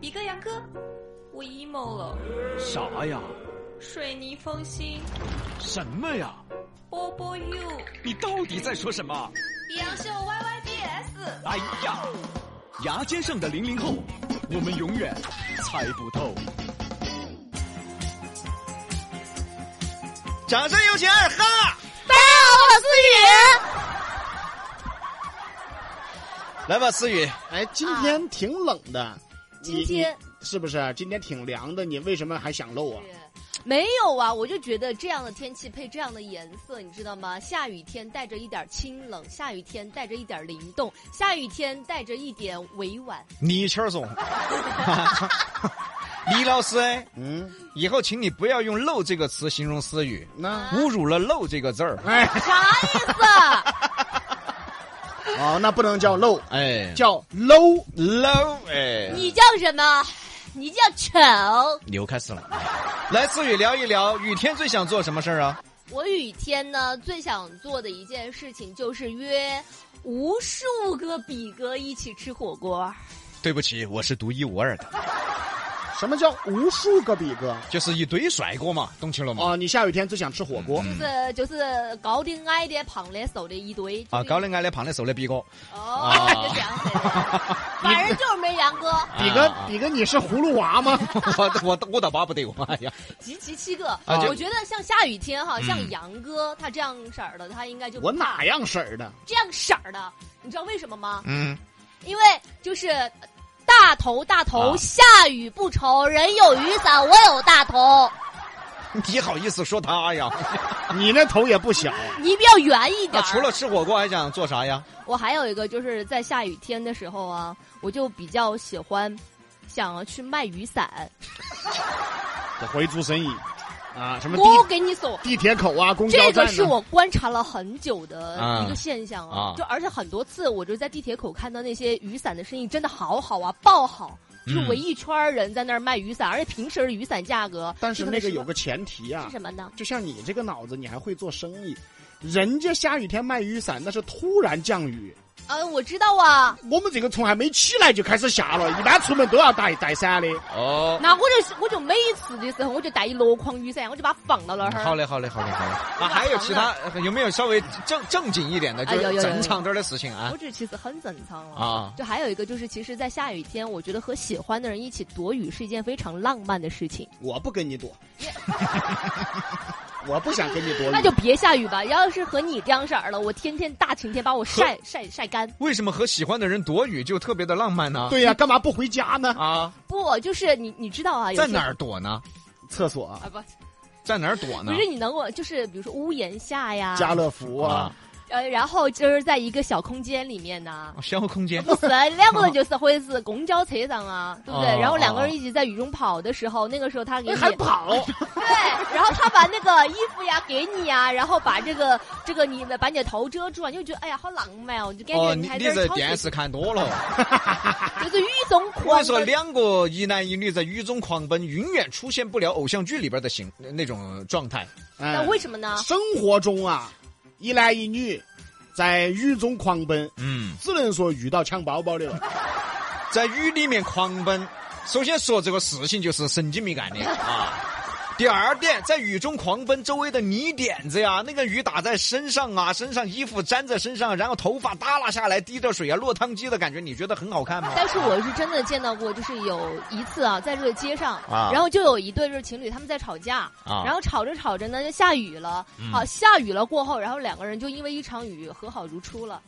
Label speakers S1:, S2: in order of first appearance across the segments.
S1: 一个呀哥，我 emo 了。
S2: 啥呀？
S1: 水泥封心，
S2: 什么呀？
S1: 波波 you，
S2: 你到底在说什么？
S1: 比洋秀 YYDS，
S2: 哎呀，牙尖上的零零后，我们永远猜不透。
S3: 掌声有请二哈！
S4: 大家好，我是
S3: 来吧，思雨，
S5: 哎，今天挺冷的，你
S4: 啊今天
S5: 你是不是今天挺凉的？你为什么还想露啊？
S4: 雨。没有啊，我就觉得这样的天气配这样的颜色，你知道吗？下雨天带着一点清冷，下雨天带着一点灵动，下雨天带着一点委婉。
S3: 你谦儿松， 李老师，哎
S5: 嗯，
S3: 以后请你不要用“漏”这个词形容思雨，
S5: 那
S4: 啊
S3: 侮辱了“漏”这个字儿。
S5: 哎，
S4: 啥意思？
S5: 哦，那不能叫露，
S3: 哎，
S5: 叫 low。
S3: low，哎，
S4: 你叫什么？你叫丑。
S3: 牛开始了。来，思雨聊一聊雨天最想做什么事儿啊？
S4: 我雨天呢，最想做的一件事情就是约无数个比哥一起吃火锅。
S3: 对不起，我是独一无二的，
S5: 什么叫无数个比哥？
S3: 就是一堆帅哥嘛，懂起了吗？
S5: 哦，你下雨天最想吃火锅，
S4: 就是就是高的、矮的、胖的、瘦的一堆。
S3: 啊，
S4: 就是
S3: 高的矮的胖的瘦的比哥，
S4: 哦
S3: 啊，
S4: 就这样子的，反正就是没杨哥，
S5: 比哥，比哥，你是葫芦娃吗？
S3: 我我我倒巴不得我，哎呀，
S4: 集齐七个。
S3: 啊就
S4: 我觉得像下雨天哈，
S3: 嗯
S4: 像杨哥他这样色儿的，他应该就
S5: 我哪样式儿的？
S4: 这样色儿的？你知道为什么吗？
S3: 嗯，
S4: 因为就是大头大头，
S3: 啊
S4: 下雨不愁，人有雨伞，我有大头。
S3: 你好意思说他 呀？
S5: 你那头也不小，
S4: 你比较圆一
S3: 那
S4: 点儿。
S3: 啊除了吃火锅还想做啥呀？
S4: 我还有一个就是在下雨天的时候啊，我就比较喜欢想要去卖雨伞。
S5: 这回族生意啊，什么
S4: 我
S5: 地
S4: 给你说，
S5: 地铁口啊，公交
S4: 这
S5: 站、
S4: 个
S5: 啊、
S4: 是我观察了很久的
S3: 啊
S4: 一个现象
S3: 啊
S4: 啊，就而且很多次，我就在地铁口看到那些雨伞的生意真的好好啊，爆好，就是
S3: 嗯
S4: 围一圈儿人在那儿卖雨伞，而且平时的雨伞价格，
S5: 但是
S4: 真
S5: 那
S4: 的
S5: 个有
S4: 吗
S5: 个前提啊
S4: 是，什么呢？
S5: 就像你这个脑子，你还会做生意。人家下雨天卖雨伞，那是突然降雨，
S4: 嗯，我知道啊，
S5: 我们这个从还没起来就开始下 了，一般出门都要带带伞的。
S3: 哦，
S4: 那我就是我就每一次的时候，我就带一箩筐雨伞，我就把它放到那儿。
S3: 嗯好嘞，好嘞，好嘞，好嘞。啊，还有其他有没有稍微正正经一点的，就
S4: 哎有
S3: 是
S4: 有有嗯
S3: 正常点儿的事情啊
S4: 我？这其实很正常了。
S3: 啊，
S4: 就还有一个就是，其实，在下雨天，我觉得和喜欢的人一起躲雨是一件非常浪漫的事情。
S5: 我不跟你 躲，我不想跟你躲雨。
S4: 那就别下雨吧。要是和你这样式儿了，我天天大晴天把我晒晒晒干。
S3: 为什么和喜欢的人躲雨就特别的浪漫呢？
S5: 对呀、干嘛不回家呢？
S3: 啊，
S4: 不，就是你你知道啊，有
S3: 在
S4: 些
S3: 哪儿躲呢？
S5: 厕所啊、
S4: 啊？不，
S3: 在哪儿躲呢
S4: 不？是你能够，就是比如说屋檐下呀，
S5: 家乐福啊，
S4: 呃，然后就是在一个小空间里面呢。
S3: 小空间。
S4: 不是，两个人就是或者是公交车上啊，对不对？
S3: 哦
S4: 然后两个人一起在雨中跑的时候，那个时候他给
S5: 你
S4: 你
S5: 啊还跑？
S4: 对，然后他把那个衣服呀给你呀，然后把这个这个你把你的头遮住啊，你就觉得哎呀好浪漫哦，你就感
S3: 哦，
S4: 觉
S3: 你
S4: 还
S3: 你
S4: 在
S3: 这
S4: 超
S3: 电视看多了。
S4: 就是雨中
S3: 我
S4: 狂
S3: 说，
S4: 奔。
S3: 两个一男一女在雨中狂奔，永远出现不了偶像剧里边的形那种状态。
S4: 那
S5: 哎，
S4: 为什么呢？
S5: 生活中啊，一男一女在雨中狂奔，
S3: 嗯，
S5: 只能说遇到抢包包的了。
S3: 在雨里面狂奔，首先说这个事情就是神经敏感的啊。第二点，在雨中狂奔，周围的泥点子呀，那个雨打在身上啊，身上衣服粘在身上，然后头发耷拉下来，滴着水啊，落汤鸡的感觉，你觉得很好看吗？
S4: 但是我是真的见到过，就是有一次啊，在这个街上，
S3: 啊
S4: 然后就有一对就是情侣，他们在吵架，
S3: 啊嗯
S4: 然后吵着吵着呢就下雨了，好、下雨了过后，然后两个人就因为一场雨和好如初了。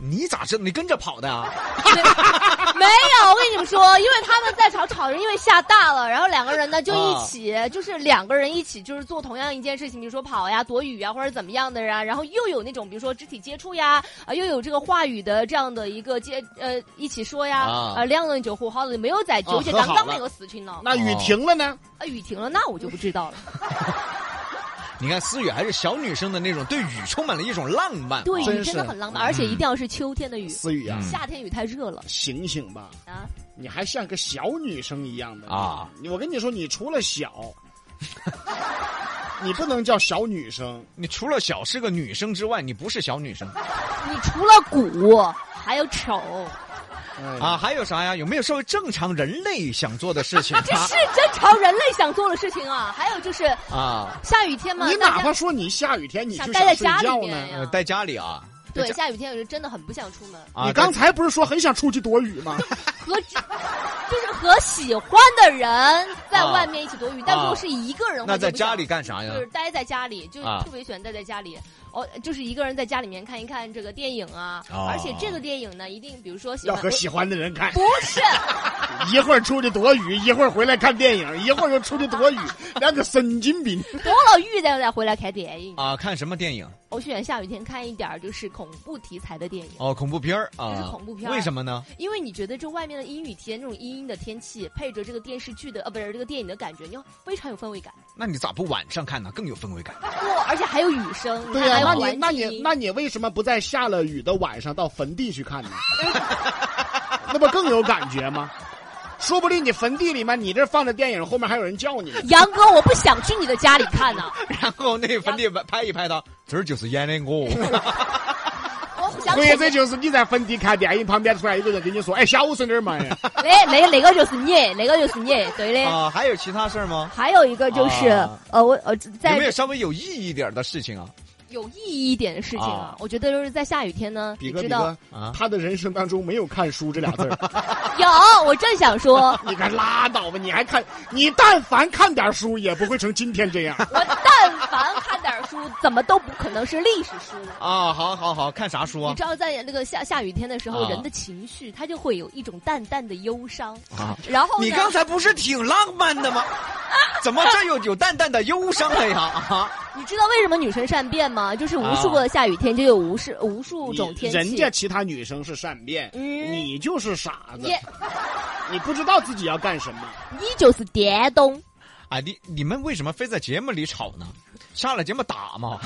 S3: 你咋知道？你跟着跑的啊？
S4: 对没有，我跟你们说，因为他们在吵吵着，因为下大了，然后两个人呢就一起，就是两个人一起就是做同样一件事情，比如说跑呀、躲雨呀，或者怎么样的呀，然后又有那种比如说肢体接触呀，啊，又有这个话语的这样的一个接呃一起说呀，
S3: 啊
S4: 啊，两个人就和好了，没有在纠
S5: 哦
S4: 结
S5: 和
S4: 刚
S5: 好
S4: 刚
S5: 了
S4: 那个事情了。
S5: 那雨停了呢？
S4: 啊，雨停了，那我就不知道了。
S3: 你看思雨还是小女生的那种，对雨充满了一种浪漫。
S4: 对，
S5: 真
S4: 雨真的
S5: 是
S4: 很浪漫，而且一定要是秋天的雨，
S5: 思雨啊，
S3: 嗯
S4: 夏天雨太热了
S5: 醒醒吧，
S4: 啊。
S5: 你还像个小女生一样的
S3: 啊！
S5: 你我跟你说，你除了小， 你不能叫小女生。
S3: 你除了小是个女生之外，你不是小女生。
S4: 你除了鼓还有丑，
S5: 哎
S3: 啊，还有啥呀？有没有稍微正常人类想做的事情
S4: 这是正常人类想做的事 情啊。还有就是
S3: 啊？
S4: 下雨天嘛，
S5: 你
S4: 大
S5: 哪
S4: 家
S5: 怕说你下雨天，你
S4: 想
S5: 就
S4: 待在
S5: 睡
S4: 家里
S5: 觉
S4: 面
S5: 呢。
S4: 呀
S3: 呃，待家里啊？
S4: 对
S3: 在家
S4: 下雨天，我就真的很不想出门，
S3: 啊
S5: 你
S3: 在
S5: 刚才不是说很想出去躲雨 吗？
S4: 和只就是和喜欢的人在外面一起躲雨，但如果是一个人，
S3: 啊那
S4: 我就
S3: 在
S4: 不想
S3: 家里干啥呀
S4: 就？是待在家里，就
S3: 啊
S4: 特别喜欢待在家里。哦，就是一个人在家里面看一看这个电影啊，
S3: 哦
S4: 而且这个电影呢，一定比如说喜
S5: 要
S4: 欢
S5: 和喜欢的人看，
S4: 不 是，
S5: 一会儿出去躲雨，一会儿回来看电影，一会儿又出去躲雨，两个神经病。
S4: 等我老遇见再回来看电影，
S3: 啊，看什么电影？
S4: 我选下雨天看一点儿就是恐怖题材的电影。
S3: 哦，恐怖片儿啊，
S4: 就是恐怖片儿
S3: 为什么呢？
S4: 因为你觉得这外面的阴雨天，这种阴阴的天气，配着这个电视剧的呃，不是这个电影的感觉，你要非常有氛围感。
S3: 那你咋不晚上看呢？更有氛围感。
S4: 哇，而且还有雨声，
S5: 对呀、
S4: 还有
S5: 啊那你
S4: 环境
S5: 那你那你为什么不在下了雨的晚上到坟地去看 呢？那不更有感觉吗？说不定你坟地里面，你这放着电影，后面还有人叫你呢。
S4: 杨哥，我不想去你的家里看啊 呐、
S3: 然后那坟地拍一拍他，这儿就是演的我。
S4: 我不想
S5: 或者
S4: 去。
S5: 就是你在坟地看电影，旁边突然一个人跟你说：“哎，小声点儿嘛！”哎
S4: 那那那个就是你，那个就是你，对的。
S3: 啊，还有其他事儿吗？
S4: 还有一个就是，
S3: 啊
S4: 呃，我呃，
S3: 有
S4: 在
S3: 没有稍微有意义一点的事情啊？
S4: 有意义一点的事情啊
S3: 啊，
S4: 我觉得就是在下雨天呢，
S5: 比
S4: 你
S5: 哥，
S4: 知
S5: 比
S4: 道
S5: 哥，
S3: 啊
S5: 他的人生当中没有看书这俩字儿。，
S4: 有，我正想说
S5: 你看拉倒吧，你还看？你但凡看点书，也不会成今天这 样。
S4: 我但凡看点书，怎么都不可能是历史书。
S3: 啊，好好好，看啥书
S4: 你
S3: 啊？
S4: 知道，在那个下下雨天的时候，
S3: 啊
S4: 人的情绪他就会有一种淡淡的忧伤。
S3: 啊
S4: 然后呢
S3: 你刚才不是挺浪漫的 吗？怎么这有有淡淡的忧伤了呀？啊，
S4: 你知道为什么女生善变吗？就是无数个下雨天就有无数无数种天气。
S5: 人家其他女生是善变，
S4: 嗯
S5: 你就是傻子
S4: 你，
S5: 你不知道自己要干什么。
S4: 你就是电动，
S3: 啊，你你们为什么非在节目里吵呢？下了节目打嘛，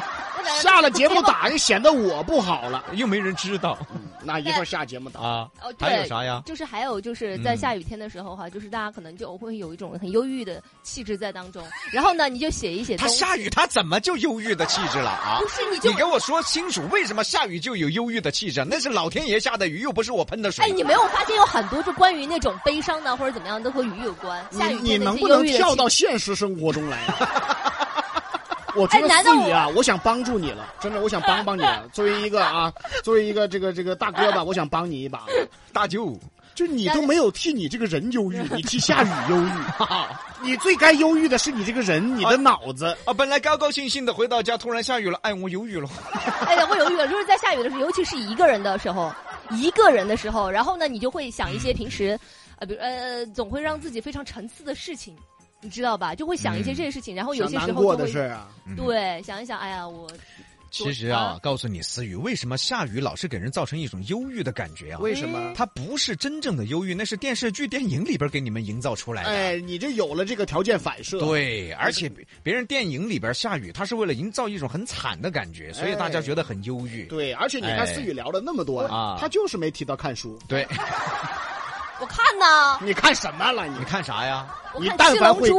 S5: 下了节目打又显得我不好了。
S3: 又没人知道
S5: 那一会儿下节目打，
S3: 啊
S4: 哦。对
S3: 还有啥呀？嗯
S4: 就是还有就是在下雨天的时候哈、就是大家可能就会有一种很忧郁的气质在当中。然后呢，你就写一写
S3: 他
S4: 东西。
S3: 下雨，他怎么就忧郁的气质了 啊？
S4: 不是你就
S3: 你给我说清楚，为什么下雨就有忧郁的气质？那是老天爷下的雨，又不是我喷的水。
S4: 哎，你没有发现有很多就关于那种悲伤呢，或者怎么样都和雨有关。下
S5: 你
S4: 雨
S5: 你
S4: 天的
S5: 能
S4: 一些
S5: 不
S4: 忧
S5: 能
S4: 郁的
S5: 跳
S4: 气
S5: 到现实生活中 来啊？我觉得
S4: 哎难道
S5: 思雨啊，我想帮助你了，真的，我想帮帮你 了。作为一个啊，作为一个这个这个大哥吧，我想帮你一把。
S3: 大舅，
S5: 就你都没有替你这个人忧郁， 你替下雨忧郁。你最该忧郁的是你这个人，你的脑
S4: 哦
S5: 子。
S3: 啊，本来高高兴兴的回到家，突然下雨了，哎，我忧郁了。
S4: 哎呀，我犹豫了，就是在下雨的时候，尤其是一个人的时候，一个人的时候，然后呢，你就会想一些平时，呃，比如呃，总会让自己非常沉思的事情，你知道吧？就会想一些这些事情，然后有
S5: 嗯想
S4: 些
S5: 难
S4: 时
S5: 过
S4: 候
S5: 的
S4: 就
S5: 事
S4: 会。
S5: 儿啊，
S4: 对，想一想，哎呀，我
S3: 其实啊，告诉你思雨，为什么下雨老是给人造成一种忧郁的感觉啊？
S5: 为什么？
S3: 它不是真正的忧郁，那是电视剧、电影里边给你们营造出来的。
S5: 哎，你就有了这个条件反射。
S3: 对，而且别别人电影里边下雨，它是为了营造一种很惨的感觉，所以大家觉得很忧郁。
S5: 哎对，而且你看
S3: 哎
S5: 思雨聊了那么多
S3: 啊
S5: 他就是没提到看书。
S3: 对，
S4: 我看呢，
S5: 你看什么了？你
S3: 你看啥呀？
S4: 我
S5: 你
S4: 看
S5: 但
S4: 《七
S5: 凡
S4: 龙
S5: 会
S4: 珠》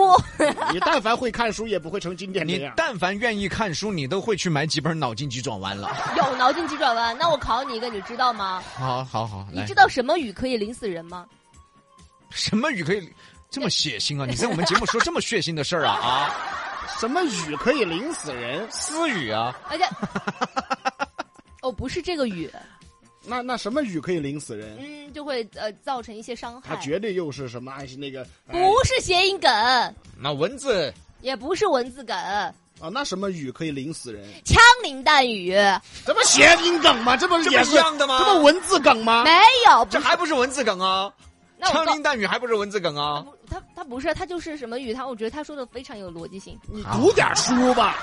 S5: 你但凡会看书，也不会成今天这
S3: 你
S5: 样。
S3: 但凡愿意看书，你都会去买几本《脑筋急转弯》 了。
S4: 有脑筋急转弯，那我考你一个，你知道吗？
S3: 好好好，
S4: 你
S3: 来
S4: 知，道什么雨可以淋死人吗？
S3: 什么雨可以这么血腥啊？你在我们节目说这么血腥的事儿啊啊？
S5: 什么雨可以淋死人？
S3: 思雨啊，
S4: 而且，哦，不是这个雨，
S5: 那那什么雨可以淋死人？
S4: 嗯，就会呃造成一些伤
S5: 他
S4: 害。
S5: 绝对又是什么哎那个哎
S4: 不是谐音梗，
S3: 那蚊子
S4: 也不是文字梗，
S5: 啊？那什么雨可以淋死人？
S4: 枪林弹雨
S5: 这不谐音梗吗？这不
S3: 这不
S5: 也是
S3: 一样的吗
S5: 这不文字梗吗？
S4: 没有，不
S3: 这
S4: 是。
S3: 还不是文字梗啊？
S4: 那我
S3: 枪
S4: 告
S3: 林弹雨还不是文字梗 啊？
S4: 不，他他不是，他就是什么雨，他我觉得他说的非常有逻辑性。
S5: 你读点书吧，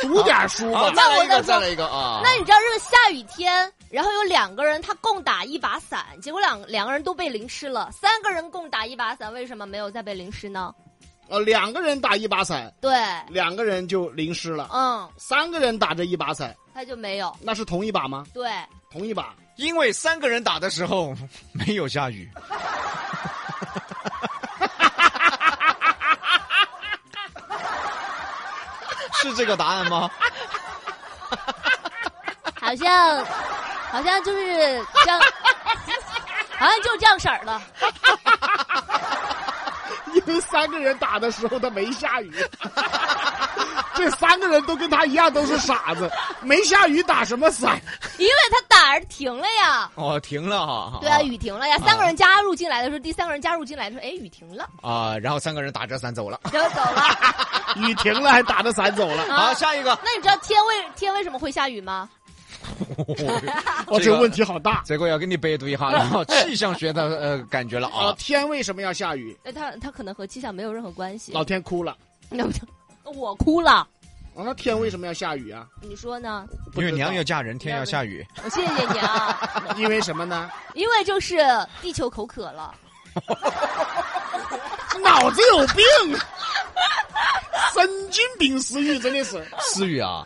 S5: 读点书
S3: 好，
S5: 吧。
S3: 再来一个，
S4: 那我再说
S3: 再来一个啊！
S4: 那你知道这个下雨天，然后有两个人他共打一把伞，结果两两个人都被淋湿了，三个人共打一把伞，为什么没有再被淋湿呢？
S5: 呃，两个人打一把伞，
S4: 对，
S5: 两个人就淋湿了；
S4: 嗯，
S5: 三个人打这一把伞，
S4: 他就没有。
S5: 那是同一把吗？
S4: 对，
S5: 同一把。
S3: 因为三个人打的时候 没有下雨， 是这个答案吗？
S4: 好像好像就是像啊，就这样式儿了。
S5: 因为三个人打的时候他没下雨， 这三个人都跟他一样都是傻子，没下雨打什么伞？
S4: 因为他打儿停了呀。
S3: 哦，停了哈。
S4: 对啊，雨停了呀。三个人加入进来的时候，第三个人加入进来的时候，哎，雨停了，
S3: 啊，然后三个人打着伞走了。
S4: 然后走 了。啊
S5: 雨停了还打着伞走了，
S3: 好，下一个，
S4: 那你知道天为天为什么会下雨吗？
S5: 哦，这个问题好大
S3: 这个要给你百度一下了，气象学的呃感觉了
S5: 啊！
S4: 哦
S3: 啊。
S5: 天为什么要下雨？
S4: 哎，他他可能和气象没有任何关系。
S5: 老天哭了。
S4: 那不就我哭了，
S5: 我说天为什么要下雨啊？
S4: 你说呢？
S3: 嗯因为
S5: 不知道
S3: 娘要嫁人，天要下雨。
S4: 我谢谢你啊，
S5: 因为什么呢？
S4: 因为就是地球口渴了。
S5: 脑子有病，神经病思域真的是。
S3: 思雨啊，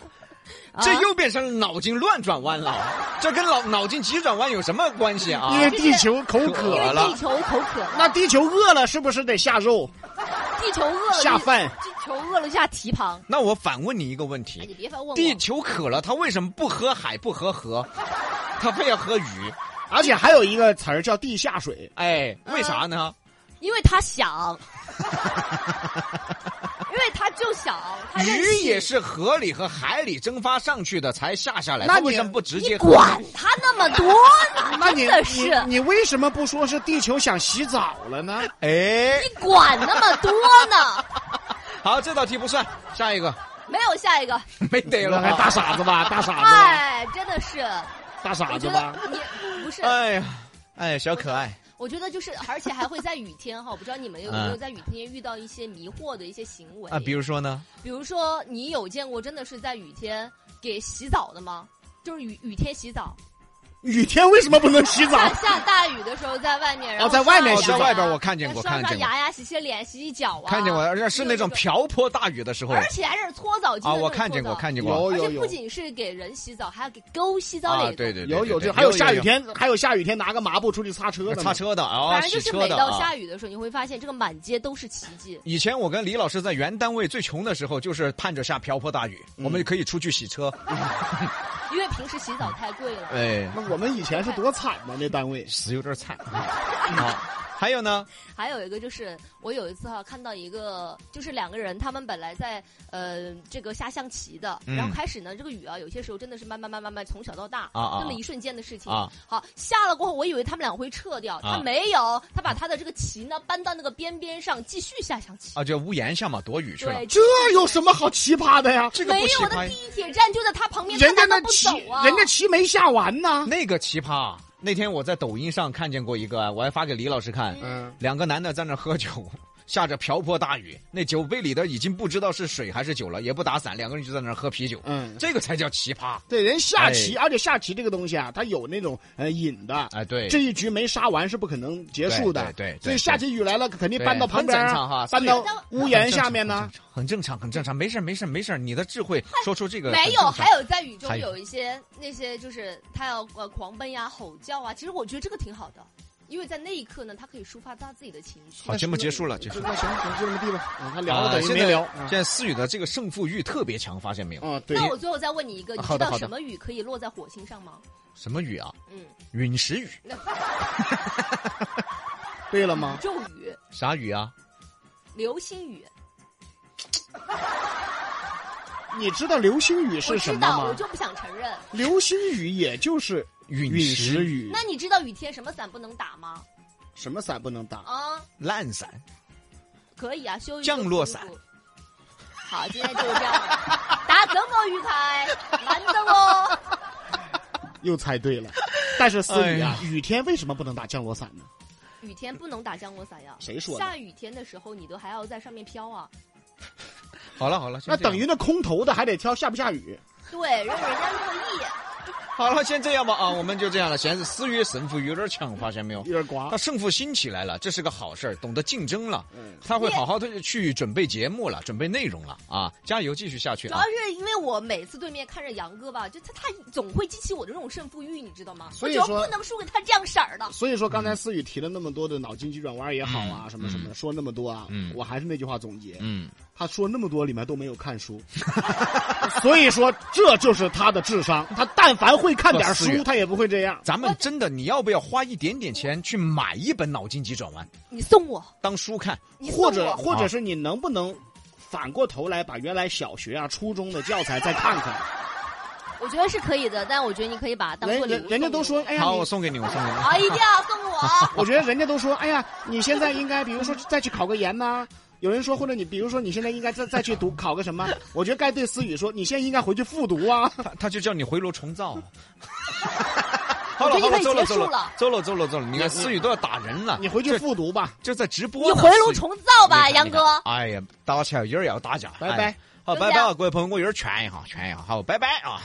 S4: 啊
S3: 这又变成脑筋乱转弯 了，这跟脑脑筋急转弯有什么关系啊
S5: 因？为地球口
S4: 因
S5: 渴
S4: 为
S5: 了
S4: 地，球口渴了，
S5: 那地球饿了是不是得下肉
S4: 地球饿
S3: 哦
S4: 了
S5: 下，饭？
S4: 地球饿了就下蹄膀。
S3: 那我反问你一个问
S4: 哎，
S3: 题：
S4: 你别反问我，
S3: 地球渴了，它为什么不喝海不喝 河，它非要喝鱼？
S5: 而且还有一个词儿叫地下水，
S3: 哎，
S4: 嗯
S3: 为啥呢？
S4: 因为他想，因为他就想，他任
S3: 鱼
S4: 性
S3: 也是河里和海里蒸发上去的才下下来，
S5: 那
S3: 它
S5: 你
S3: 为什么不直接
S4: 你
S3: 喝呢？
S4: 管他那么多，
S5: 那你
S4: 啊真的
S5: 你
S4: 是
S5: 你为什么不说是地球想洗澡 了呢？
S3: 哎，
S4: 你管那么多呢？
S3: 好，这道题不算，下一个
S4: 没有下一个，
S3: 没得了
S5: 还
S3: 吧
S5: 哎大傻 子吧，大傻子吧，
S4: 哎，真的是，
S5: 大傻
S4: 我
S5: 子
S4: 觉
S5: 吧。
S4: 得 你不是，
S3: 哎呀，哎，小可爱，
S4: 我觉得就是，而且还会在雨天哈，我不知道你们有没有
S3: 嗯
S4: 在雨天遇到一些迷惑的一些行为
S3: 啊，比如说呢？
S4: 比如说你有见过真的是在雨天给洗澡的吗？就是雨雨天洗澡，
S5: 雨天为什么不能洗 澡？
S4: 下下大雨的时候在外面，然后
S5: 哦在外面
S3: 哦，
S4: 刷
S5: 洗澡
S3: 在
S4: 牙
S3: 外边我看见过，
S4: 刷
S3: 看
S4: 刷
S3: 见过，
S4: 牙呀，洗洗脸，洗洗脚啊，
S3: 看见过，而且是那种
S4: 有一个
S3: 瓢泼大雨的时候
S4: 而且还是搓澡巾
S3: 啊，
S4: 的那种
S3: 我看见过，
S4: 搓澡
S3: 看见过
S5: 有
S4: 而
S5: 有
S4: 且不
S5: 有
S4: 仅是给人洗澡，还要给狗洗澡
S3: 啊，
S4: 脸。
S3: 对对，对
S5: 有有
S3: 对
S5: 这，
S3: 对
S5: 还有下雨
S3: 有
S5: 天，还有下雨天拿个抹布出去擦车
S3: 有
S5: 的，
S3: 擦。车的啊，
S4: 反正就
S3: 洗
S4: 是
S3: 车
S4: 每
S3: 的
S4: 到
S3: 啊。
S4: 下雨的时候，你会发现这个满街都是奇迹。
S3: 以前我跟李老师在原单位最穷的时候，就是盼着下瓢泼大雨，
S4: 嗯
S3: 我们可以出去洗车。
S4: 因为平时洗澡太贵了。
S3: 哎，
S5: 那我们以前是多惨呐，那单位。
S3: 死有点惨啊。还有 呢，
S4: 还有一个就是，我有一次哈、看到一个，就是两个人，他们本来在呃这个下象棋的，
S3: 嗯
S4: 然后开始呢，这个雨啊，有些时候真的是慢慢慢慢慢从小到大，
S3: 啊啊
S4: 那么一瞬间的事情。
S3: 啊
S4: 好，下了过后，我以为他们俩会撤掉，
S3: 啊
S4: 他没有，他把他的这个棋呢搬到那个边边上，继续下象棋。
S3: 啊，就屋檐下嘛，躲雨去了
S4: 对，。
S5: 这有什么好奇葩的呀？
S3: 这个
S4: 没
S3: 不奇
S4: 有的
S3: 葩，
S4: 地铁站就在他旁边，
S5: 人家
S4: 他
S5: 那
S4: 难道不
S5: 棋
S4: 走，啊？
S5: 人家棋没下完呢。
S3: 那个奇葩。啊那天我在抖音上看见过一个，我还发给李老师看。
S5: 嗯，
S3: 两个男的在那喝酒，下着瓢泼大雨，那酒杯里的已经不知道是水还是酒了，也不打伞，两个人就在那儿喝啤酒，
S5: 嗯
S3: 这个才叫奇葩。
S5: 对，人下棋，而且下棋这个东西啊，它有那种呃瘾的。
S3: 哎，对，
S5: 这一局没杀完是不可能结束的，
S3: 对对对对
S5: 所以下起雨来了，肯定搬到旁边
S3: 很正常哈
S5: 啊，搬到屋檐下面呢。
S3: 很正常，很正常，没事儿没事儿没事儿，你的智慧说出这 个
S4: 没有，还
S3: 有
S4: 有在雨中
S3: 还有
S4: 有一些那些就是他要呃狂奔呀、吼叫啊，其实我觉得这个挺好的，因为在那一刻呢，他可以抒发他自己的情绪
S3: 好，。节目结束了，结束了。
S5: 那行，行，就这么地吧。嗯他聊了等于
S3: 现
S5: 没
S3: 在
S5: 聊。
S3: 现
S5: 啊
S3: 在思雨的这个胜负欲特别强，发现没有？
S5: 啊，对，
S4: 那我最后再问你一个，你
S3: 好
S4: 知
S3: 的
S4: 道
S3: 好的
S4: 什么雨可以落在火星上吗？
S3: 什么雨啊？
S4: 嗯，
S3: 陨石雨？
S5: 对了吗？
S4: 咒雨、
S3: 啥雨啊？
S4: 流星雨，
S5: 你知道流星雨
S4: 我
S5: 是什
S4: 知
S5: 么
S4: 道，我
S5: 吗？
S4: 就不想承认。
S5: 流星雨也就是
S3: 陨
S5: 陨石雨，
S4: 那你知道雨天什么伞不能打吗？
S5: 什么伞不能打？
S4: 啊，
S3: 烂伞。
S4: 可以啊，修一个
S3: 降落伞
S4: 公主。好，今天就是这样啊了， 大家怎么愉快，难得哦。
S5: 又猜对了。但是思雨啊
S3: 哎呀，
S5: 雨天为什么不能打降落伞呢？
S4: 雨天不能打降落伞呀。
S5: 谁说的
S4: 下雨天的时候，你都还要在上面飘啊。
S3: 好了好了，先
S5: 那
S3: 这样
S5: 等于那空投的还得挑下不下雨。
S4: 对，让人家乐意。
S3: 好了，先这样吧啊，我们就这样了。显然思雨胜负欲有点强，发现没有？
S5: 有点刮
S3: 他。胜负心起来了，这是个好事儿，懂得竞争了，
S5: 嗯
S3: 他会好好的去准备节目了，准备内容了啊！加油，继续下去
S4: 主要
S3: 啊！
S4: 是因为我每次对面看着杨哥吧，就他他总会激起我的这种胜负欲，你知道吗？
S5: 所以
S4: 我觉得
S5: 说
S4: 不能输给他这样色儿的。
S5: 所以说，刚才思雨提了那么多的脑筋急转弯也好啊，
S3: 嗯
S5: 什么什么，说那么多啊
S3: 嗯，
S5: 我还是那句话总结，
S3: 嗯，
S5: 他说那么多里面都没有看书，所以说这就是他的智商。他但凡会看点
S3: 不思
S5: 书，
S3: 源
S5: 他也不会这样。
S3: 咱们真的，你要不要花一点点钱去买一本《脑筋急转弯》
S4: 你送我，
S3: 当书看？
S4: 你送
S5: 或者
S4: 我
S5: 或者是你能不能反过头来把原来小学啊、初中的教材再看看？
S4: 我觉得是可以的，但我觉得你可以把它当
S5: 人
S4: 做礼物
S5: 人人家都说，
S4: 送给
S5: 哎呀，
S3: 好，
S5: 你
S3: 我送给你，我送给
S4: 我
S3: 你。
S4: 啊，一定要 送我。
S5: 我觉得人家都说，哎呀，你现在应该，比如说再去考个研呐、有人说，或者你，比如说你现在应该再再去读考个什么？我觉得该对思雨说，你现在应该回去复读啊。
S3: 他 他就叫你回炉重 造。啊好
S4: 我
S3: 了
S4: 觉
S3: 好
S4: 得
S3: 了，
S4: 你
S3: 走
S4: 可以
S3: 了走
S4: 结束
S3: 了
S4: 了
S3: 走了走了走了，你看思雨都要打人了，
S5: 你回去
S3: 就
S5: 复读吧。
S3: 就在直播
S4: 你
S3: 呢。
S4: 回炉
S3: 思雨
S4: 重造吧，
S3: 你看
S4: 杨哥
S3: 你。看哎呀，打起来有点要打架。
S5: 拜
S3: 哎
S5: 拜。
S3: 好，
S4: 就
S3: 拜
S4: 这
S3: 拜
S4: 样
S3: 啊，各位朋友，我有点劝一下，劝一下，好，拜拜啊。